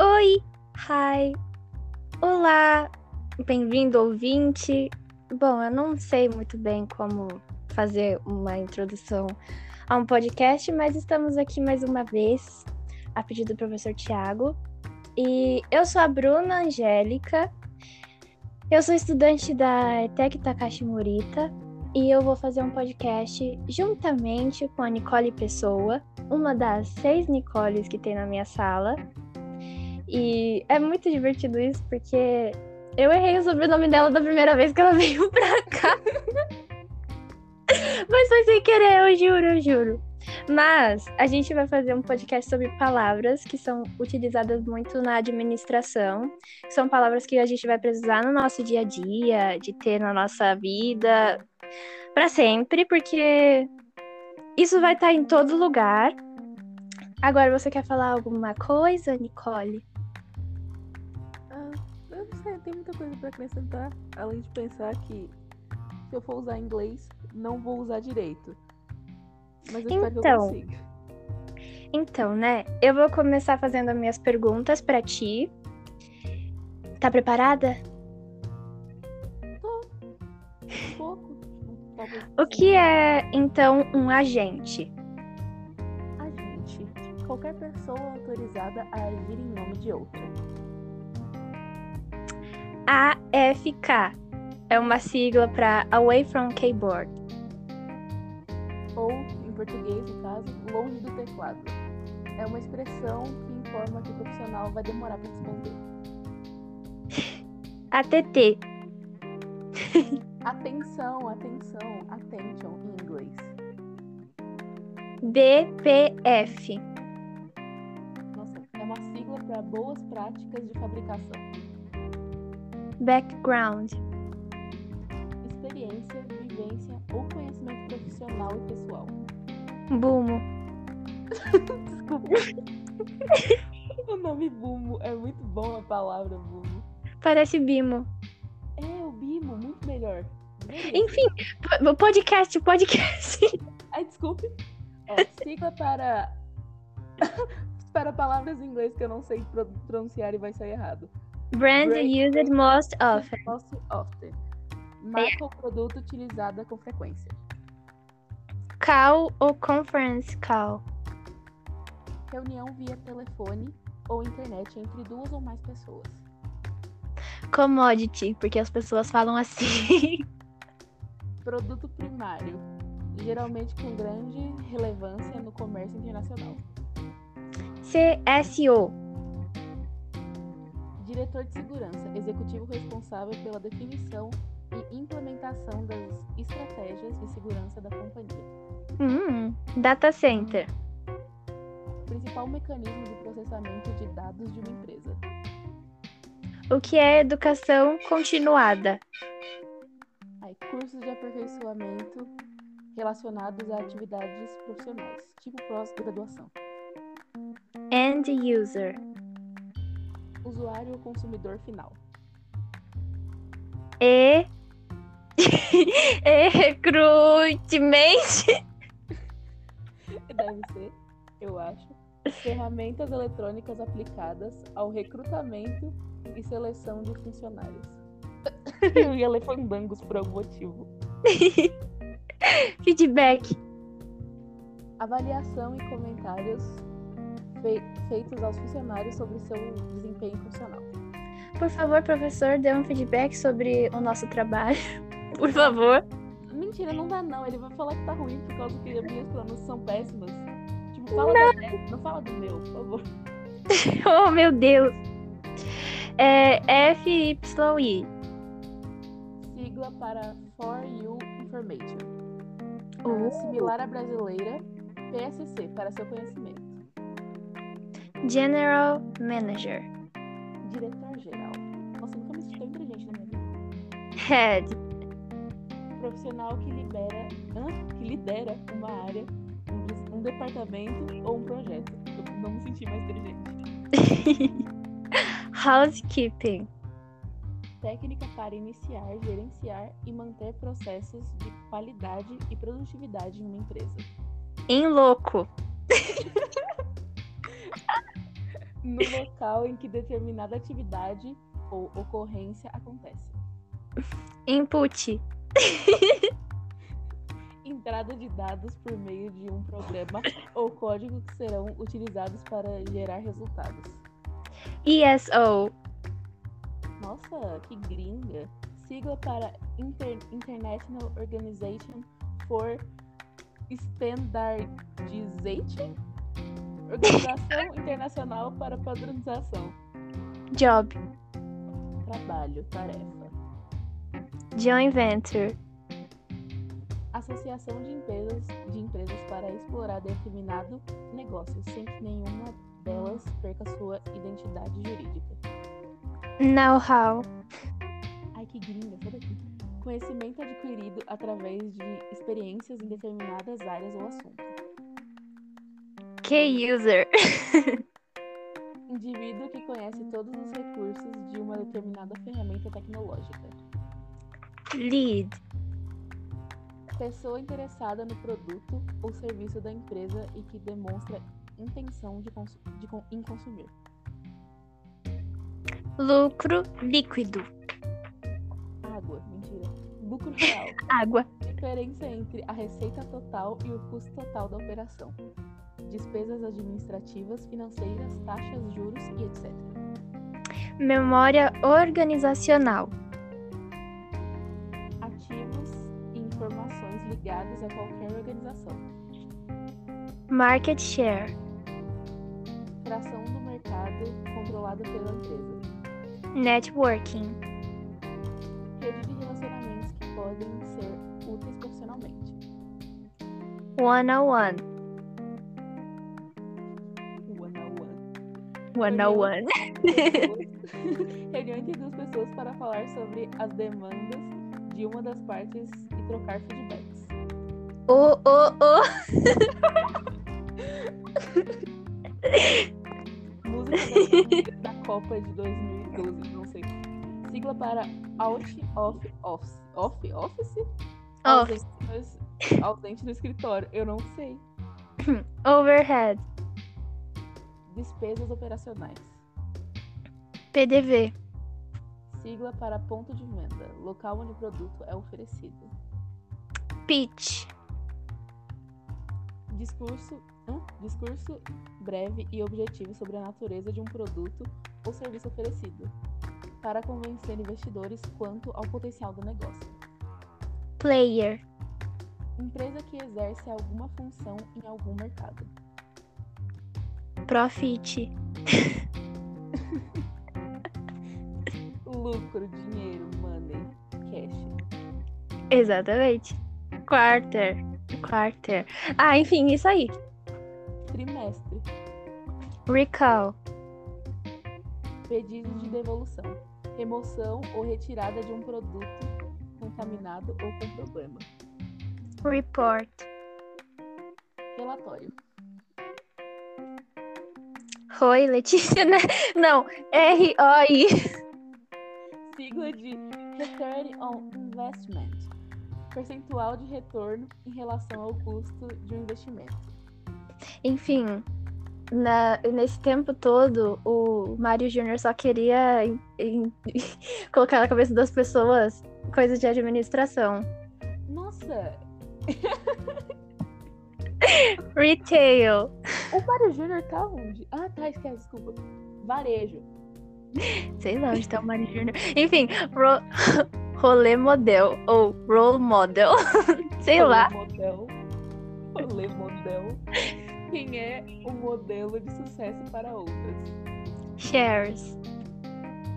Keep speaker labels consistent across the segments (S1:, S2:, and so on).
S1: Oi, hi, olá, bem-vindo, ouvinte. Bom, eu não sei muito bem como fazer uma introdução a um podcast, mas estamos aqui mais uma vez, a pedido do professor Tiago. E eu sou a Bruna Angélica, eu sou estudante da ETEC Takashi Morita e eu vou fazer um podcast juntamente com a Nicole Pessoa, uma das seis Nicoles que tem na minha sala. E é muito divertido isso porque eu errei o sobrenome dela da primeira vez que ela veio pra cá. Mas foi sem querer, eu juro, eu juro. Mas a gente vai fazer um podcast sobre palavras que são utilizadas muito na administração. São palavras que a gente vai precisar no nosso dia a dia, de ter na nossa vida para sempre, porque isso vai estar em todo lugar. Agora, você quer falar alguma coisa, Nicole?
S2: Ah, eu não sei, tem muita coisa para acrescentar, além de pensar que se eu for usar inglês, não vou usar direito. Mas eu espero que eu
S1: Então.
S2: consiga.
S1: Então, né? Eu vou começar fazendo as minhas perguntas para ti. Tá preparada?
S2: Tô. Um pouco. Talvez
S1: O que é, então, um agente?
S2: Agente. Qualquer pessoa autorizada a agir em nome de outra.
S1: AFK. É uma sigla para Away from Keyboard.
S2: Ou, em português, no caso, longe do teclado. É uma expressão que informa que o profissional vai demorar para responder.
S1: ATT.
S2: Atenção, atenção, attention em inglês.
S1: BPF.
S2: Nossa, é uma sigla para boas práticas de fabricação.
S1: Background.
S2: Experiência, vivência ou conhecimento profissional e pessoal.
S1: Bumo.
S2: Desculpa. o nome Bumo é muito bom a palavra Bumo.
S1: Parece Bimo.
S2: É, o Bimo, muito melhor. Beleza.
S1: Enfim, po- podcast, podcast.
S2: Ai, desculpe. Ó, sigla para. para palavras em inglês que eu não sei pro- pronunciar e vai sair errado.
S1: Brand
S2: Great.
S1: used most often.
S2: Most often. Marca ou produto utilizada com frequência.
S1: Call ou conference call.
S2: Reunião via telefone ou internet entre duas ou mais pessoas.
S1: Commodity, porque as pessoas falam assim.
S2: Produto primário. Geralmente com grande relevância no comércio internacional.
S1: CSO.
S2: Diretor de Segurança, executivo responsável pela definição e implementação das estratégias de segurança da companhia.
S1: Hum, data center.
S2: Principal mecanismo de processamento de dados de uma empresa.
S1: O que é educação continuada?
S2: Aí, cursos de aperfeiçoamento relacionados a atividades profissionais, tipo pós-graduação.
S1: End user.
S2: Usuário ou consumidor final.
S1: E. e recruitment.
S2: Deve ser, eu acho. Ferramentas eletrônicas aplicadas ao recrutamento e seleção de funcionários. Eu ia ler fandangos por algum motivo.
S1: Feedback.
S2: avaliação e comentários fei- feitos aos funcionários sobre seu desempenho funcional.
S1: Por favor, professor, dê um feedback sobre o nosso trabalho. Por favor.
S2: Mentira, não dá não. Ele vai falar que tá ruim por causa que as minhas pronúncias são péssimas. Tipo, fala da dele, não fala do meu, por favor.
S1: Oh, meu Deus. É FYI.
S2: Sigla para For You Information.
S1: Uh,
S2: Similar à brasileira, PSC, para seu conhecimento.
S1: General Manager.
S2: Diretor-geral. Nossa, eu nunca me senti tão inteligente na minha vida.
S1: Head.
S2: Profissional que libera, hã? que lidera uma área, um des- um departamento ou um projeto. Eu não me senti mais inteligente.
S1: Housekeeping.
S2: Técnica para iniciar, gerenciar e manter processos de qualidade e produtividade em uma empresa.
S1: Em louco.
S2: no local em que determinada atividade ou ocorrência acontece.
S1: Input.
S2: Entrada de dados por meio de um programa ou código que serão utilizados para gerar resultados.
S1: ESO.
S2: Nossa, que gringa! Sigla para Inter International Organization for Standardization? Organização Internacional para Padronização.
S1: Job.
S2: Trabalho, tarefa.
S1: Joint Venture.
S2: Associação de empresas, de empresas para explorar determinado negócio, sem que nenhuma delas perca sua identidade jurídica.
S1: Know-how.
S2: Ai, que gringa, sai daqui. Conhecimento adquirido através de experiências em determinadas áreas ou assuntos.
S1: Key user.
S2: Indivíduo que conhece todos os recursos de uma determinada ferramenta tecnológica.
S1: Lead.
S2: Pessoa interessada no produto ou serviço da empresa e que demonstra intenção de consu- de con- em consumir.
S1: Lucro líquido.
S2: Água, mentira. Lucro real.
S1: Água.
S2: Diferença entre a receita total e o custo total da operação. Despesas administrativas, financeiras, taxas, juros e etc.
S1: Memória organizacional.
S2: Ativos e informações ligados a qualquer organização.
S1: Market share.
S2: Fração do mercado controlado pela empresa.
S1: Networking.
S2: Rede de relacionamentos que podem ser úteis profissionalmente.
S1: One on one.
S2: One on one.
S1: One on one.
S2: pessoas- reunião entre duas pessoas para falar sobre as demandas de uma das partes e trocar feedbacks.
S1: Oh, oh, oh.
S2: Música da, da Copa de 2012, não sei. Sigla para Out of Office. Off, office?
S1: Office.
S2: Ausente no- Ausente no escritório. Eu não sei.
S1: Overhead.
S2: Despesas operacionais.
S1: PDV.
S2: Sigla para ponto de venda, local onde o produto é oferecido.
S1: Pitch.
S2: Discurso, hã? discurso breve e objetivo sobre a natureza de um produto ou serviço oferecido, para convencer investidores quanto ao potencial do negócio.
S1: Player.
S2: Empresa que exerce alguma função em algum mercado.
S1: Profit.
S2: Lucro, dinheiro, money, cash.
S1: Exatamente. Quarter. Quarter. Ah, enfim, isso aí.
S2: Trimestre,
S1: Recall.
S2: pedido de devolução, remoção ou retirada de um produto contaminado ou com problema.
S1: Report.
S2: Relatório.
S1: Oi, Letícia, né? Não, R-O-I.
S2: sigla de Return on Investment, percentual de retorno em relação ao custo de um investimento.
S1: Enfim, na- nesse tempo todo, o Mário Júnior só queria em- em- colocar na cabeça das pessoas coisas de administração.
S2: Nossa,
S1: Retail.
S2: o Mário Júnior tá onde? Ah, tá, esquece, desculpa. Varejo.
S1: Sei lá onde tá o Mário Júnior. Enfim, ro... rolê model ou role model. Sei
S2: Olê
S1: lá.
S2: Model. Olê model. Quem é o modelo de sucesso para outras?
S1: Shares.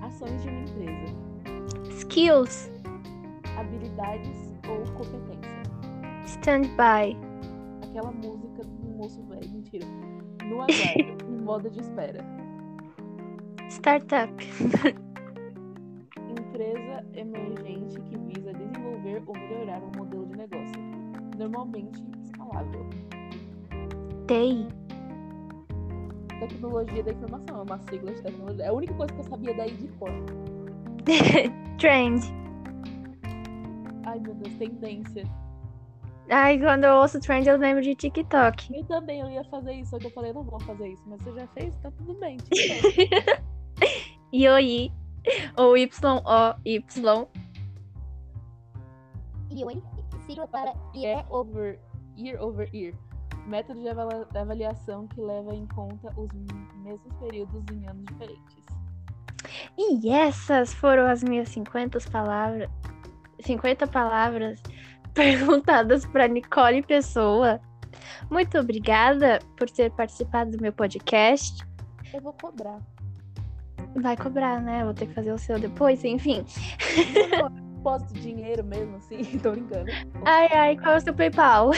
S2: Ações de uma empresa.
S1: Skills.
S2: Habilidades ou competência.
S1: Standby.
S2: Aquela música do moço velho. Mentira. No aguardo. em modo de espera.
S1: Startup.
S2: empresa emergente que visa desenvolver ou melhorar um modelo de negócio, normalmente escalável.
S1: TI.
S2: Tecnologia da informação é uma sigla de tecnologia. É a única coisa que eu sabia daí de cor.
S1: Trend.
S2: Ai meu Deus, tendência.
S1: Ai, quando eu ouço trend, eu lembro de TikTok.
S2: Eu também eu ia fazer isso, só que eu falei, não vou fazer isso, mas você já fez, tá tudo bem. TikTok.
S1: Yoi. Ou Y-O-Y.
S3: Yoi, sigla para
S2: Year é, over year over year. Método de avala- de avaliação que leva em conta os mesmos períodos em anos diferentes.
S1: E essas foram as minhas 50 palavras. 50 palavras perguntadas para Nicole Pessoa. Muito obrigada por ter participado do meu podcast.
S2: Eu vou cobrar.
S1: Vai cobrar, né? Vou ter que fazer o seu depois, enfim.
S2: Posso dinheiro mesmo, assim? Tô brincando.
S1: Ai, ai, qual é o seu PayPal?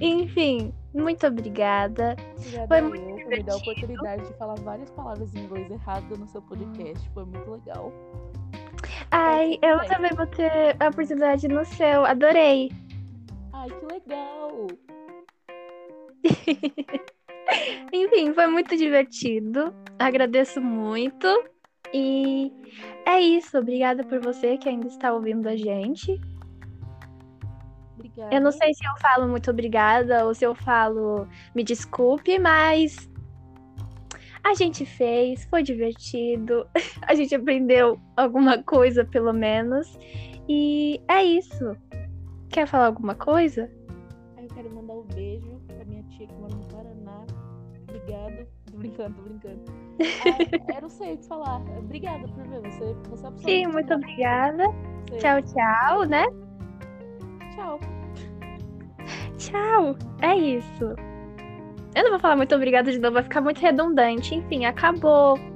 S1: enfim, muito obrigada.
S2: Obrigada
S1: Foi
S2: eu
S1: muito
S2: por me dar a
S1: divertido. Hum.
S2: oportunidade de falar várias palavras em inglês errado no seu podcast. Foi muito legal.
S1: Ai, eu também vou ter a oportunidade no seu. Adorei.
S2: Ai, que legal!
S1: Enfim, foi muito divertido. Agradeço muito. E é isso. Obrigada por você que ainda está ouvindo a gente.
S2: Obrigada.
S1: Eu não sei se eu falo muito obrigada ou se eu falo me desculpe, mas a gente fez, foi divertido. A gente aprendeu alguma coisa, pelo menos. E é isso. Quer falar alguma coisa?
S2: Ai, eu quero mandar um beijo pra minha tia que mora no Paraná. Obrigado. Tô brincando, tô brincando. Ai, eu não sei o que falar. Obrigada por ver você. Você é uma pessoa
S1: Sim, muito
S2: legal.
S1: obrigada.
S2: Você-
S1: Tchau, tchau, né?
S2: Tchau.
S1: Tchau. É isso. Eu não vou falar muito obrigada de novo, vai ficar muito redundante. Enfim, acabou.